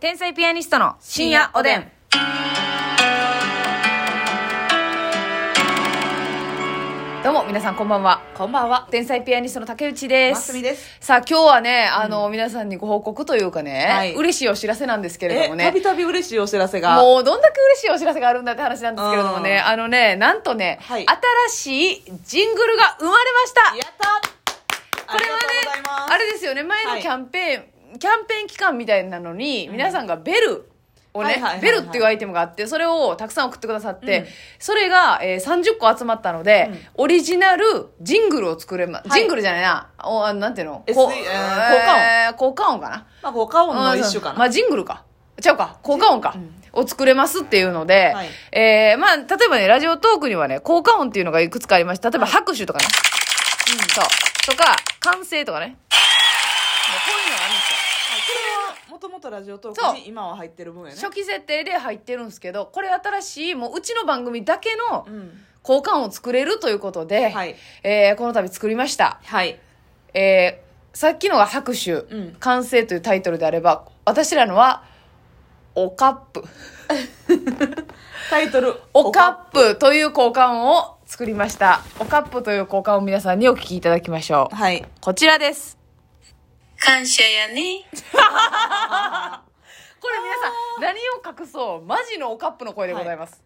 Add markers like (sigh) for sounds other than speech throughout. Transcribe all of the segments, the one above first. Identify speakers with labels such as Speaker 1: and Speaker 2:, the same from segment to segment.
Speaker 1: 天才ピアニストの深夜おでん。どうも皆さんこんばんは。
Speaker 2: こんばんは。
Speaker 1: 天才ピアニストの竹内です。
Speaker 2: ますみです
Speaker 1: さあ今日はね、あの、皆さんにご報告というかね、
Speaker 2: はい
Speaker 1: 嬉しいお知らせなんですけれどもね。
Speaker 2: たびたび嬉しいお知らせが。
Speaker 1: もうどんだけ嬉しいお知らせがあるんだって話なんですけれどもね、
Speaker 2: うん
Speaker 1: あのね、なんとね、
Speaker 2: はい
Speaker 1: 新しいジングルが生まれました
Speaker 2: やった
Speaker 1: これはねあ
Speaker 2: あれ
Speaker 1: れですよね前
Speaker 2: は
Speaker 1: の
Speaker 2: い
Speaker 1: キャンペーン、キャンペーン期間みたいなのに、皆さんがベルを
Speaker 2: は
Speaker 1: ね
Speaker 2: いはいはいはい
Speaker 1: ベルっていうアイテムがあってそれをたくさん送ってくださって、それが、えー30個集まったので、オリジナルジングルを作れま、
Speaker 2: い
Speaker 1: ジングルじゃないなおあのなんていうの
Speaker 2: SE
Speaker 1: こ
Speaker 2: え
Speaker 1: え
Speaker 2: ー
Speaker 1: ー効果音かな
Speaker 2: まあ、効果音の
Speaker 1: うん
Speaker 2: 一
Speaker 1: そう
Speaker 2: 種か
Speaker 1: ま
Speaker 2: な。
Speaker 1: あ、ジングルか。ちゃうか。効果音か。を作れますっていうので、
Speaker 2: はい
Speaker 1: えーまあ、例えばね、ラジオトークにはね、効果音っていうのがいくつかありまして、例えば拍手とかね。そう。とか、歓声とかね。もうこういうのがあるんですよ。
Speaker 2: もともとラジオト
Speaker 1: そ
Speaker 2: ー
Speaker 1: う
Speaker 2: クに今は入ってる分やね。
Speaker 1: 初期設定で入ってるんですけど、これ新しい、もううちの番組だけの
Speaker 2: うん。
Speaker 1: 効果音を作れるということで、
Speaker 2: はい
Speaker 1: えーこの度作りました。
Speaker 2: はい。
Speaker 1: えーさっきのが拍手、
Speaker 2: うん
Speaker 1: 完成というタイトルであれば、私らのは、おカップ。
Speaker 2: タイトル、
Speaker 1: おカップという交換を作りました。おカップという交換を皆さんにお聞きいただきましょう。
Speaker 2: はい。
Speaker 1: こちらです。
Speaker 3: 感謝やね。
Speaker 1: これ皆さん、何を隠そう、マジのおカップの声でございます。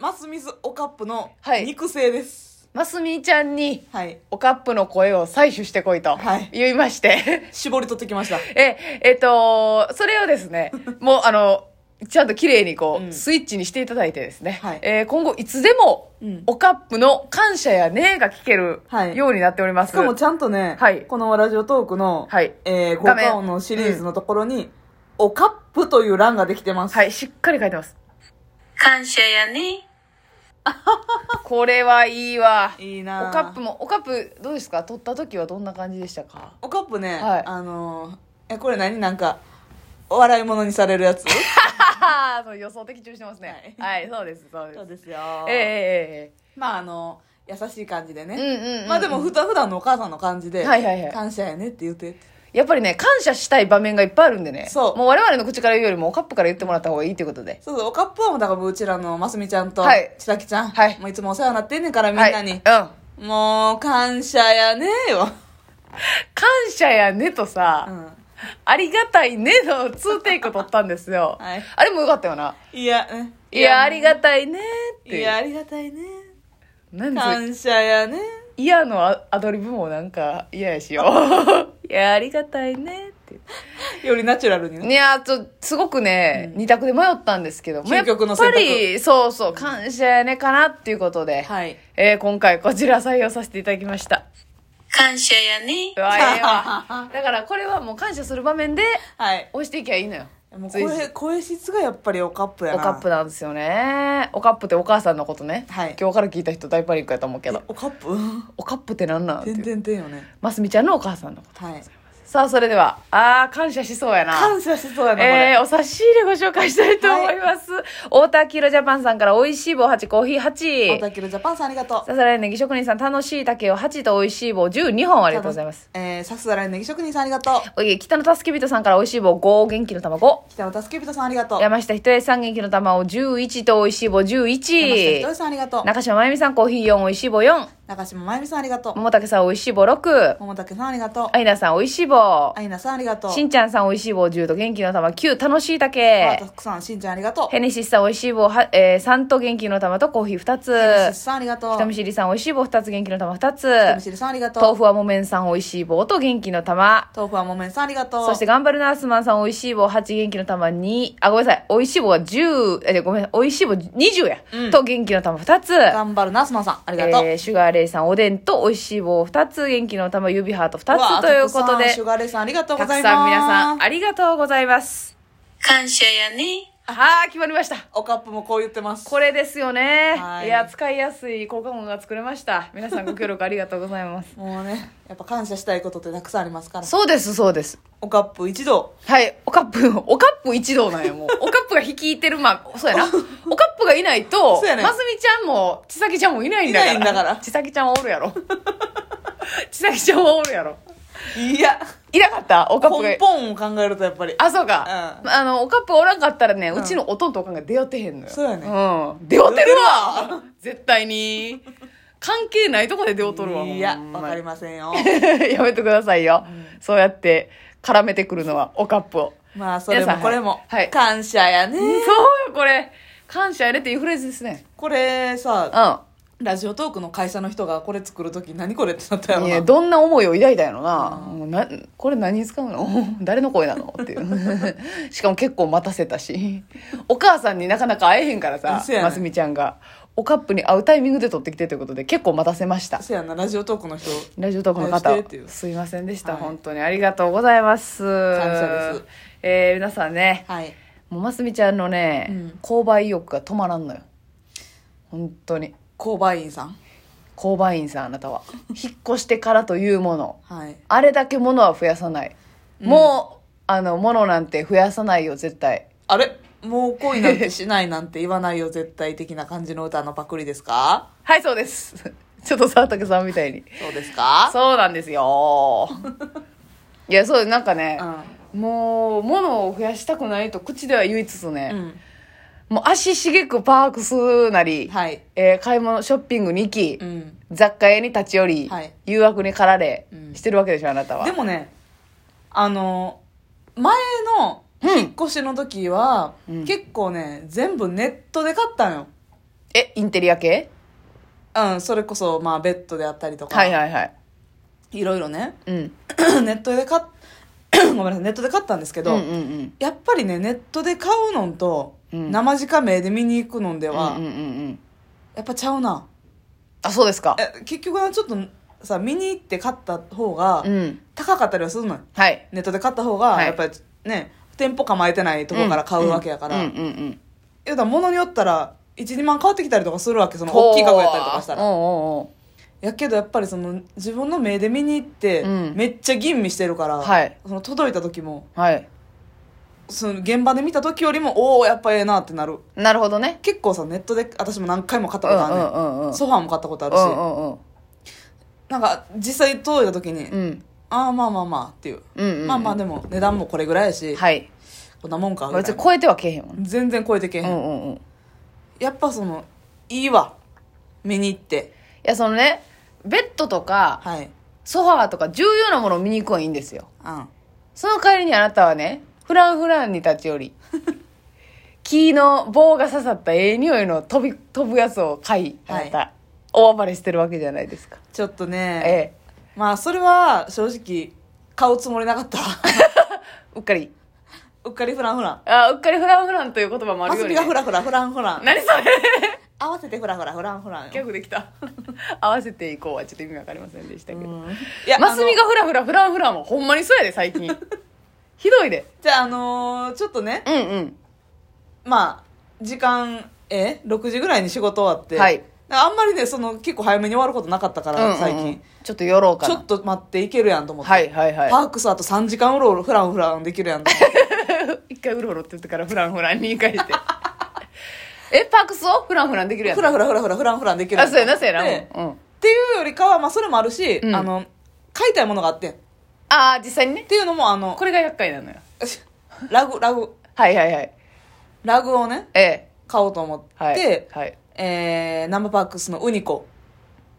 Speaker 2: マスミズおカップの
Speaker 1: はい
Speaker 2: 肉声です。
Speaker 1: ますみちゃんに、
Speaker 2: はい。
Speaker 1: おカップの声を採取してこいと
Speaker 2: はい
Speaker 1: 言いまして、 (laughs)
Speaker 2: 絞り取ってきました。
Speaker 1: え、えっと、それをです
Speaker 2: (laughs)
Speaker 1: ね、もうあの、ちゃんと綺麗にこう、
Speaker 2: うん
Speaker 1: スイッチにしていただいてですね、
Speaker 2: はい
Speaker 1: えー今後いつでも、
Speaker 2: うん
Speaker 1: おカップの感謝やねが聞ける
Speaker 2: はい
Speaker 1: ようになっております。
Speaker 2: しかもちゃんとね、
Speaker 1: はい
Speaker 2: このラジオトークの、
Speaker 1: はい
Speaker 2: えー、効
Speaker 1: 画面
Speaker 2: 果音のシリーズのところに、おカップという欄ができてます。
Speaker 1: はい、しっかり書いてます。
Speaker 3: 感謝やね。
Speaker 1: これはいいわ。
Speaker 2: いいなぁ
Speaker 1: おカップも、おカップどうですか取った時はどんな感じでしたか
Speaker 2: おカップね、
Speaker 1: はい
Speaker 2: あのーえこれ何なんかお笑い物にされ
Speaker 1: (laughs)
Speaker 2: るやつ
Speaker 1: は (laughs) はそう予想的中してますね。は、
Speaker 2: はい
Speaker 1: そうです、そうで
Speaker 2: そう
Speaker 1: す。
Speaker 2: ですよ
Speaker 1: えええ
Speaker 2: まああの優しい感じでね、
Speaker 1: えええうんうんうん。
Speaker 2: まあでもふた普段のお母さんの感じで、
Speaker 1: はいはいはい
Speaker 2: 感謝やねって言って
Speaker 1: やっぱりね、感謝したい場面がいっぱいあるんでね。
Speaker 2: そう
Speaker 1: もう我々の口から言うよりも、おカップから言ってもらった方がいいということで。
Speaker 2: そうそうおカップはもうだからうちらのますみちゃんと
Speaker 1: はい
Speaker 2: ちさきちゃん、
Speaker 1: はい
Speaker 2: もういつもお世話になってんねんからみん
Speaker 1: はい
Speaker 2: なに、
Speaker 1: うん。感
Speaker 2: もう感謝やねよ、
Speaker 1: 謝やねとさ、
Speaker 2: うん、
Speaker 1: ありがたいねの2テイク取ったんですよ。
Speaker 2: はい
Speaker 1: あれもよかったよな。
Speaker 2: いやね
Speaker 1: いや、ありがたいねっていう。
Speaker 2: いやありがたいね
Speaker 1: なんでそれ
Speaker 2: 感謝やね
Speaker 1: イヤのアアドリブもなんか嫌やし
Speaker 2: (laughs)
Speaker 1: よ。いや、ありがたいねって。
Speaker 2: よりナチュラルにね
Speaker 1: いや、ちょ、すごくね、二択で迷ったんですけど、もうやっ
Speaker 2: 究極の
Speaker 1: ぱ
Speaker 2: 選択
Speaker 1: り、そうそう、感謝やねかなっていうことで、
Speaker 2: はい
Speaker 1: えー今回こちら採用させていただきま
Speaker 2: (laughs)
Speaker 1: した。
Speaker 3: 感謝やね
Speaker 1: う。わ、ええわ。だからこれはもう感謝する場面で
Speaker 2: はい
Speaker 1: 押していきゃいいのよ。
Speaker 2: もう
Speaker 1: 随時
Speaker 2: 声声質がやっぱりおカップや
Speaker 1: お
Speaker 2: な
Speaker 1: カップなんですよね。おカップってお母さんのことね。
Speaker 2: はい
Speaker 1: 今日から聞いた人大パニックやと思うけど。
Speaker 2: おカップ
Speaker 1: おカップって (laughs) なんなんってい
Speaker 2: てん
Speaker 1: う。
Speaker 2: てんてんよね
Speaker 1: ますみちゃんのお母さんのこと。
Speaker 2: はい
Speaker 1: さあ、それでは、あー、感謝しそうやな。
Speaker 2: 感謝しそうやなこ
Speaker 1: え
Speaker 2: れ、
Speaker 1: ー、お差し入れご紹介したいと思います。太田黄色ジャパンさんから美味しい棒8、コーヒー
Speaker 2: えー、
Speaker 1: 8。
Speaker 2: キルジャパンさんありがとう
Speaker 1: さすらいネギ職人さん、楽しい竹を8と美味しい棒12本ありがとうございます。
Speaker 2: えー、さすらいネギ職人さんありがとう
Speaker 1: おい北野助人さんから美味しい棒5、元気の玉5。
Speaker 2: 北野助人さんありがとう
Speaker 1: 山下ひとえさん元気の玉を11と美味しい棒
Speaker 2: 山下ひと
Speaker 1: 11
Speaker 2: り。さんありがとう
Speaker 1: 中島まゆみさん、コーヒー4、美味しい棒4。
Speaker 2: 中島まゆみさんありがとう
Speaker 1: 桃竹さん、美味しい棒6。
Speaker 2: 桃竹さんありがとう
Speaker 1: アイナさん、美味しい棒
Speaker 2: あ。いなさんありがとう
Speaker 1: しんちゃんさん、美味しい棒10と元気の玉9、楽しい
Speaker 2: パー
Speaker 1: 竹
Speaker 2: ト。クさんしんちゃんありがとう
Speaker 1: ヘネシスさん、美味しい棒は、えー、3と元気の玉とコーヒー2つ。
Speaker 2: ヘルシスさんありがとう
Speaker 1: 人見知りさん美味しい棒2つ元気の玉2つ
Speaker 2: 人見知りさんありがと
Speaker 1: 豆
Speaker 2: う
Speaker 1: 腐は木綿さん美味しい棒と元気の玉
Speaker 2: 豆腐はもめんさんありがとう
Speaker 1: そして頑張るナースマンさん美味しい棒8元気の玉2あごめんなさい美味しい棒が10えごめんなさい美味しい棒20や、と元気の玉2つ
Speaker 2: 頑張るナスマンさんありがとう、
Speaker 1: えーシュガーレイさんおでんと美味しい棒2つ元気の玉指ハート
Speaker 2: うわ
Speaker 1: 2つということ
Speaker 2: たくさん
Speaker 1: で
Speaker 2: シュガーレイさんありがとうご
Speaker 1: たく
Speaker 2: ざいます
Speaker 1: さん皆さんありがとうございます
Speaker 3: 感謝やね。
Speaker 1: ああ決まりました
Speaker 2: おカップもこう言ってます
Speaker 1: これですよね、
Speaker 2: はい
Speaker 1: いや使いやすい効果音が作れました皆さんご協力ありがとうございます
Speaker 2: もうねやっぱ感謝したいことってたくさんありますから
Speaker 1: (laughs) そうですそうです
Speaker 2: おカップ一同
Speaker 1: はい、おカップ、おカップ一同なんや、もう。 (laughs) おカップが率いてる、まあ、そうやな。 (laughs) おカップがいないと、
Speaker 2: そうやね
Speaker 1: ますみちゃんも、ちさきちゃんもいないんだから。 (laughs)
Speaker 2: いないんだから
Speaker 1: ちさきちゃんはおるやろ。ちさきちゃんはおるやろ。
Speaker 2: いや、
Speaker 1: いなかったおかっぽが
Speaker 2: 根。本を考えるとやっぱり。
Speaker 1: あ、そうか。
Speaker 2: うん
Speaker 1: あの、おかっぽがおらんかったらね、うちのおとんとおかんが出会ってへんのよ。
Speaker 2: そうやね
Speaker 1: うん。出会ってるわ (laughs) 絶対に。関係ないとこで出会うとるわ。
Speaker 2: いや
Speaker 1: ほ、ん
Speaker 2: わ
Speaker 1: ま
Speaker 2: か
Speaker 1: に
Speaker 2: りま
Speaker 1: (laughs)
Speaker 2: せんよ。
Speaker 1: やめてくださいよ。そうやって絡めてくるのは、おかっぽを。
Speaker 2: まあ、それ
Speaker 1: 皆
Speaker 2: も
Speaker 1: さん
Speaker 2: これも
Speaker 1: はい。
Speaker 2: 感謝や
Speaker 1: そう
Speaker 2: ね。
Speaker 1: よ、これ。感謝やれっていうフレーズですね。
Speaker 2: これ
Speaker 1: う
Speaker 2: さ、
Speaker 1: ん。
Speaker 2: ラジオトークの会社の人がこれ作るとき何これってなったやろ
Speaker 1: いや
Speaker 2: な。
Speaker 1: どんな思いを抱いたんやろな,、もうなこれ何に使うの (laughs) 誰の声なのっていう (laughs) しかも結構待たせたしお母さんになかなか会えへんからさ
Speaker 2: そうやね
Speaker 1: ますみちゃんがおカップに会うタイミングで取ってきてということで結構待たせました
Speaker 2: そうやな、ラジオトークの人。
Speaker 1: ラジオトークの
Speaker 2: あれしてってい
Speaker 1: 方
Speaker 2: う
Speaker 1: すいませんでした、
Speaker 2: はい
Speaker 1: 本当にありがとうございます感
Speaker 2: 謝です
Speaker 1: えー皆さんね
Speaker 2: はい。
Speaker 1: もうますみちゃんのね、
Speaker 2: うん
Speaker 1: 購買意欲が止まらんのよ本当に
Speaker 2: 購買員さん。
Speaker 1: 購買員さんあなたは引っ越してからというもの
Speaker 2: はい。
Speaker 1: あれだけ物は増やさない。もう、あの、物なんて増やさないよ、絶対。
Speaker 2: あれもう恋なんてしないなんて言わないよ、絶対的な感じの歌のパクリですか
Speaker 1: はい、そうです。 (laughs) ちょっと沢竹さんみたいに。
Speaker 2: そうですか
Speaker 1: そうなんですよ。 (laughs) いや、そう、なんかね、
Speaker 2: う
Speaker 1: もう、物を増やしたくないと口では言いつつね、
Speaker 2: ん。うん。
Speaker 1: もう足しげくパークスなり、
Speaker 2: はい。
Speaker 1: えー買い物、ショッピングに行き、
Speaker 2: うん。
Speaker 1: 雑貨屋に立ち寄り、
Speaker 2: はい
Speaker 1: 誘惑に駆られ、
Speaker 2: うん
Speaker 1: してるわけでしょ、あなたは。
Speaker 2: でもね、あの、前の引っ越しの時は、
Speaker 1: うん
Speaker 2: 結構ね、全部ネットで買ったのよ。
Speaker 1: え、インテリア系
Speaker 2: うん、それこそ、まあ、ベッドであったりとか、
Speaker 1: はいはいはい。
Speaker 2: いろいろね、 (clears throat)
Speaker 1: うん。
Speaker 2: ネットで買っ、 (clears throat) ごめんなさい、ネットで買ったんですけ
Speaker 1: う
Speaker 2: ど、
Speaker 1: んうんうん。
Speaker 2: やっぱりね、ネットで買うのんと、
Speaker 1: うん
Speaker 2: 生近目で見に行くのんでは、
Speaker 1: うんうんうんうん。
Speaker 2: やっぱちゃうな。
Speaker 1: あ、そうですか。
Speaker 2: え結局はちょっとさ、見に行って買った方が
Speaker 1: う、ん。
Speaker 2: 高かったりはするのよ。
Speaker 1: はい。
Speaker 2: ネットで買った方
Speaker 1: は
Speaker 2: が、
Speaker 1: い
Speaker 2: やっぱりね、店舗構えてないところから買うわけやから、
Speaker 1: うんうんうんうん。
Speaker 2: 言うたら物によったら12万変わってきたりとかするわけその大きい家具やったりとかした
Speaker 1: おう
Speaker 2: ら
Speaker 1: おうお
Speaker 2: やけどやっぱりその自分の目で見に行って
Speaker 1: うん
Speaker 2: めっちゃ吟味してるから、
Speaker 1: はい
Speaker 2: その届いた時も
Speaker 1: うはい。
Speaker 2: その現場で見た時よりもおおやっぱええなってなる
Speaker 1: なるほどね。
Speaker 2: 結構さネットで私も何回も買っ
Speaker 1: う
Speaker 2: た
Speaker 1: んう
Speaker 2: ことあるね、
Speaker 1: んうんうん。
Speaker 2: ソファーも買ったことある
Speaker 1: う
Speaker 2: し、
Speaker 1: んうん
Speaker 2: なんか実際届いた時に、
Speaker 1: うん。うん。
Speaker 2: ああまあまあまあっていう、
Speaker 1: うんうん。
Speaker 2: まあまあでも値段もこれぐらいやし、
Speaker 1: はい。
Speaker 2: こんなもんかみたい
Speaker 1: 別
Speaker 2: な
Speaker 1: に超えてはけえへんもんね。
Speaker 2: 全然超えてけえ
Speaker 1: う
Speaker 2: へ、
Speaker 1: んうんんうん。い
Speaker 2: やっぱそのいいわ見に行って
Speaker 1: や、そのね、ベッドとか、
Speaker 2: はい
Speaker 1: ソファーとか重要なものを見に行くのはいいんですよ。
Speaker 2: うん
Speaker 1: その帰りにあなたはね、フランフランに立ち寄
Speaker 2: (laughs)
Speaker 1: り、木の棒が刺さったええ匂いの飛び、飛ぶやつを買い、あなた、
Speaker 2: は
Speaker 1: 大暴れしてるわけじゃないですか。
Speaker 2: ちょっとね、
Speaker 1: え
Speaker 2: まあそれは正直買うつもりなかった (laughs)
Speaker 1: え。うっかり。
Speaker 2: うっかりフランフラン
Speaker 1: あ、うっかりフランフランという言葉もあるよ
Speaker 2: 遊
Speaker 1: うに、
Speaker 2: び
Speaker 1: ね
Speaker 2: が。フラフラフランフラン
Speaker 1: 何それ
Speaker 2: 合わせてフラフラフランフラン
Speaker 1: ギャ
Speaker 2: よ
Speaker 1: グできた。 (laughs) 合わせていこうはちょっと意味わかりませんでしたけど。
Speaker 2: いや
Speaker 1: マスミ
Speaker 2: あの
Speaker 1: がフラフラフランフランもほんまにそうやで、最近。 (laughs) ひどいで。
Speaker 2: じゃああのーちょっとね
Speaker 1: うんうん。
Speaker 2: まあ時間え6時ぐらいに仕事終わって、
Speaker 1: はい
Speaker 2: あんまりねその結構早めに終わることなかったか
Speaker 1: うんうんう
Speaker 2: ら
Speaker 1: ん
Speaker 2: 最近、
Speaker 1: ちょっと寄ろうか
Speaker 2: ち
Speaker 1: な。
Speaker 2: ょっと待っていけるやんと思って、
Speaker 1: はいはいはい。
Speaker 2: パークスあと3時間うろうろフランフランできるやんと思って
Speaker 1: 一回うろうろって言ってからフランフランに言い返して。 (laughs) え、パークスをフランフランできる (laughs) やん。
Speaker 2: フラフラフラフラフランフランできる
Speaker 1: あ、
Speaker 2: と
Speaker 1: そう
Speaker 2: 思
Speaker 1: や
Speaker 2: って
Speaker 1: な、そうやな。
Speaker 2: で
Speaker 1: うんうん。
Speaker 2: っていうよりかは、まあ、それもあるし、
Speaker 1: うん
Speaker 2: あの買いたいものがあってんっ
Speaker 1: あー、実際にね。
Speaker 2: ていうのもあの
Speaker 1: これが厄介なのよ。
Speaker 2: (laughs) ラグラグ
Speaker 1: はいはいはい。
Speaker 2: ラグをね
Speaker 1: ええ。
Speaker 2: 買おうと思って、
Speaker 1: はい。はい。
Speaker 2: えー、ナンバーパークスのウニコ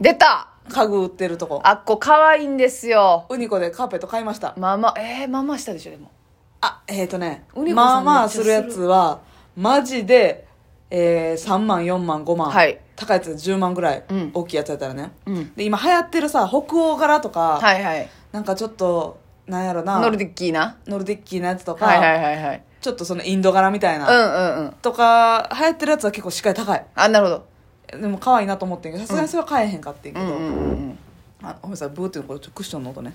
Speaker 1: 出た
Speaker 2: 家具売ってるとこ
Speaker 1: あっこ可愛いんですよ。
Speaker 2: ウニコでカーペット買いました
Speaker 1: まあまあ、えー、まあまあしたでしょ、でも。
Speaker 2: あえっ、ー、とね
Speaker 1: ウニコさん
Speaker 2: まあまあ
Speaker 1: めっちゃす
Speaker 2: する
Speaker 1: る
Speaker 2: やつはマジで、えー、3万4万5万、
Speaker 1: はい
Speaker 2: 高いやつで10万ぐらい、
Speaker 1: うん
Speaker 2: 大きいやつやったらね、
Speaker 1: うん
Speaker 2: で今流行ってるさ北欧柄とか、
Speaker 1: はいはい。
Speaker 2: なんかちょっとなんやろな
Speaker 1: ノルディッキーな。
Speaker 2: ノルディッキーなやつとか、
Speaker 1: はいはいはいはい。
Speaker 2: ちょっとそのインド柄みたいな、
Speaker 1: うんうんうん。
Speaker 2: とか流行ってるやつは結構しっかり高い
Speaker 1: あ、なるほど。
Speaker 2: でも可愛いなと思ってんけどさすがにそれは買えへんかってんけ
Speaker 1: う
Speaker 2: ど、
Speaker 1: んうんうんうん。
Speaker 2: あごめんなさいブーっていうのこれちょっとクッション
Speaker 1: (laughs)
Speaker 2: の音ね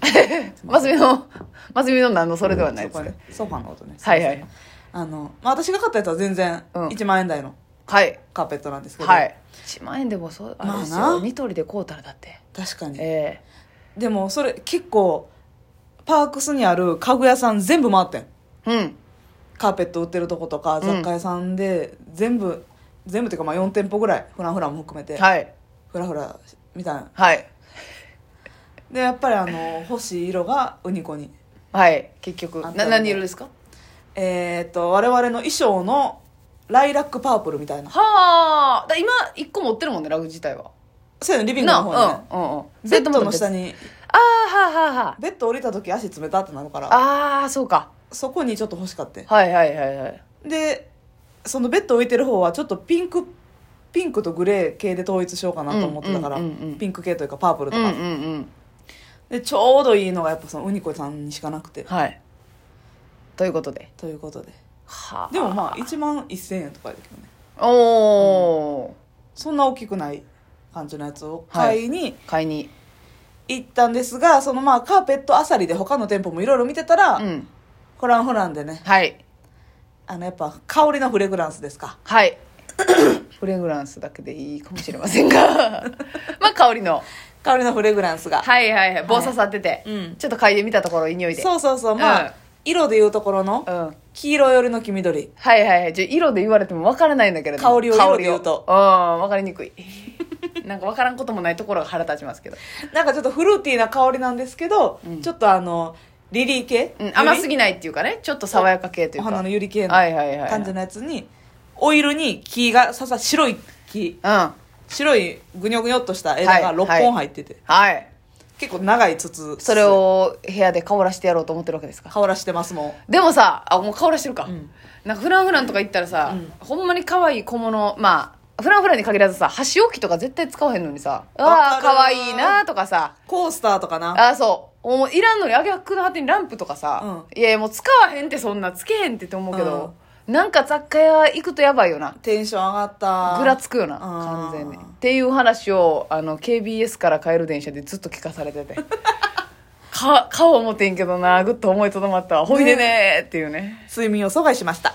Speaker 1: マスミの、マスミの何のそれではないです
Speaker 2: そうこ
Speaker 1: ね
Speaker 2: れ。ソファーの音ね
Speaker 1: はいはい
Speaker 2: あの、まあ、私が買ったやつは全然
Speaker 1: うん
Speaker 2: 1万円台の
Speaker 1: はい。
Speaker 2: カーペットなんですけど、
Speaker 1: はい。1万円でもそう、あれです
Speaker 2: まあ
Speaker 1: よ。
Speaker 2: な
Speaker 1: ニトリで買うたらだって。
Speaker 2: 確かに
Speaker 1: ええ
Speaker 2: でもそれ結構パークスにある家具屋さん全部回ってん
Speaker 1: うん。
Speaker 2: カーペット売ってるとことか
Speaker 1: ん
Speaker 2: 雑貨屋さんで全部、全部っていうかまあ4店舗ぐらいフランフランも含めて
Speaker 1: はい。
Speaker 2: フラフラみたいな
Speaker 1: はい。
Speaker 2: でやっぱりあの欲しい色がウニコに
Speaker 1: はい結局
Speaker 2: あんた
Speaker 1: な
Speaker 2: の
Speaker 1: 何色ですか
Speaker 2: えーっと我々の衣装のライラックパープルみたいな
Speaker 1: はあだ今一個持ってるもんねラグ自体は
Speaker 2: そうやねリビング
Speaker 1: な
Speaker 2: の方にね
Speaker 1: うんうんうん
Speaker 2: ベッドの下
Speaker 1: に
Speaker 2: に
Speaker 1: ああはあはあは
Speaker 2: ベッド降りた時足冷たってなるから
Speaker 1: ああーそうか
Speaker 2: そこにちょっと欲しかって
Speaker 1: はいはいはいはい
Speaker 2: でそのベッド置いてる方はちょっとピンクピンクとグレー系で統一しようかなと思ってたから、
Speaker 1: うんうんうんうん
Speaker 2: ピンク系というかパープルと
Speaker 1: うん
Speaker 2: か、
Speaker 1: うんうん
Speaker 2: でちょうどいいのがやっぱそのウニコさんにしかなくて
Speaker 1: はいということで
Speaker 2: ということで
Speaker 1: は
Speaker 2: でもまあ1万1000円とかやけどね
Speaker 1: あおお
Speaker 2: そんな大きくない感じのやつを買いに
Speaker 1: 買いに
Speaker 2: 行ったんですが、そのまあカーペットあさりで他の店舗もいろいろ見てたら、
Speaker 1: うん
Speaker 2: ホランホランでね
Speaker 1: はい
Speaker 2: あのやっぱ香りのフレグランスですか
Speaker 1: はい (coughs) フレグランスだけでいいかもしれません
Speaker 2: (laughs)
Speaker 1: がまあ香りの
Speaker 2: 香りのフレグランスが、
Speaker 1: はいはいはい棒刺さってて、
Speaker 2: うん
Speaker 1: ちょっと嗅いでみたところいい匂いで
Speaker 2: そうそうそうまあ、
Speaker 1: うん
Speaker 2: 色でいうところの
Speaker 1: うんはい
Speaker 2: 黄色寄りの黄緑
Speaker 1: はいはいじゃあ色で言われても分からないんだけれども
Speaker 2: 香りを色で言うと
Speaker 1: 香りをうん分かりにくい (laughs) なんか分からんこともないところが腹立ちますけど、
Speaker 2: なんかちょっとフルーティーな香りなんですけど、ちょっとあのリリー系、
Speaker 1: うん、甘す
Speaker 2: ぎ
Speaker 1: ぎないっていうかねちょっと爽やか系とい
Speaker 2: お
Speaker 1: うか
Speaker 2: 花のユリ系の
Speaker 1: はいはいはいはい
Speaker 2: 感じのやつに、オイルに木がささ白い木
Speaker 1: うんは
Speaker 2: 白いぐにょぐにょっとした枝が
Speaker 1: はい
Speaker 2: 6本入ってて、
Speaker 1: い
Speaker 2: 結構長い筒
Speaker 1: それを部屋で香らしてやろうと思ってるわけですか
Speaker 2: 香らしてますもん
Speaker 1: でもさあもう香らしてるか、
Speaker 2: ん
Speaker 1: なんかフランフランとか行ったらさ、ほんまに可愛い小物まあフランフランに限らずさ箸置きとか絶対使わへんのにさあ
Speaker 2: わか
Speaker 1: あ
Speaker 2: るわ
Speaker 1: 可愛いなとかさ
Speaker 2: コースターとかな
Speaker 1: あーそうもういらんのにあげはくの果てにランプとかさ、いやいやもう使わへんってそんなつけへんってって思うけど、なんか雑貨屋行くとやばいよな
Speaker 2: テンション上がった
Speaker 1: ぐらつくよな
Speaker 2: あ
Speaker 1: 完
Speaker 2: ー
Speaker 1: 全にっていう話をあの KBS から帰る電車でずっと聞かされ
Speaker 2: (laughs)
Speaker 1: ててか顔思てんけどなぐっと思いとどまったわほいでねーっていうね
Speaker 2: 睡眠を阻害しました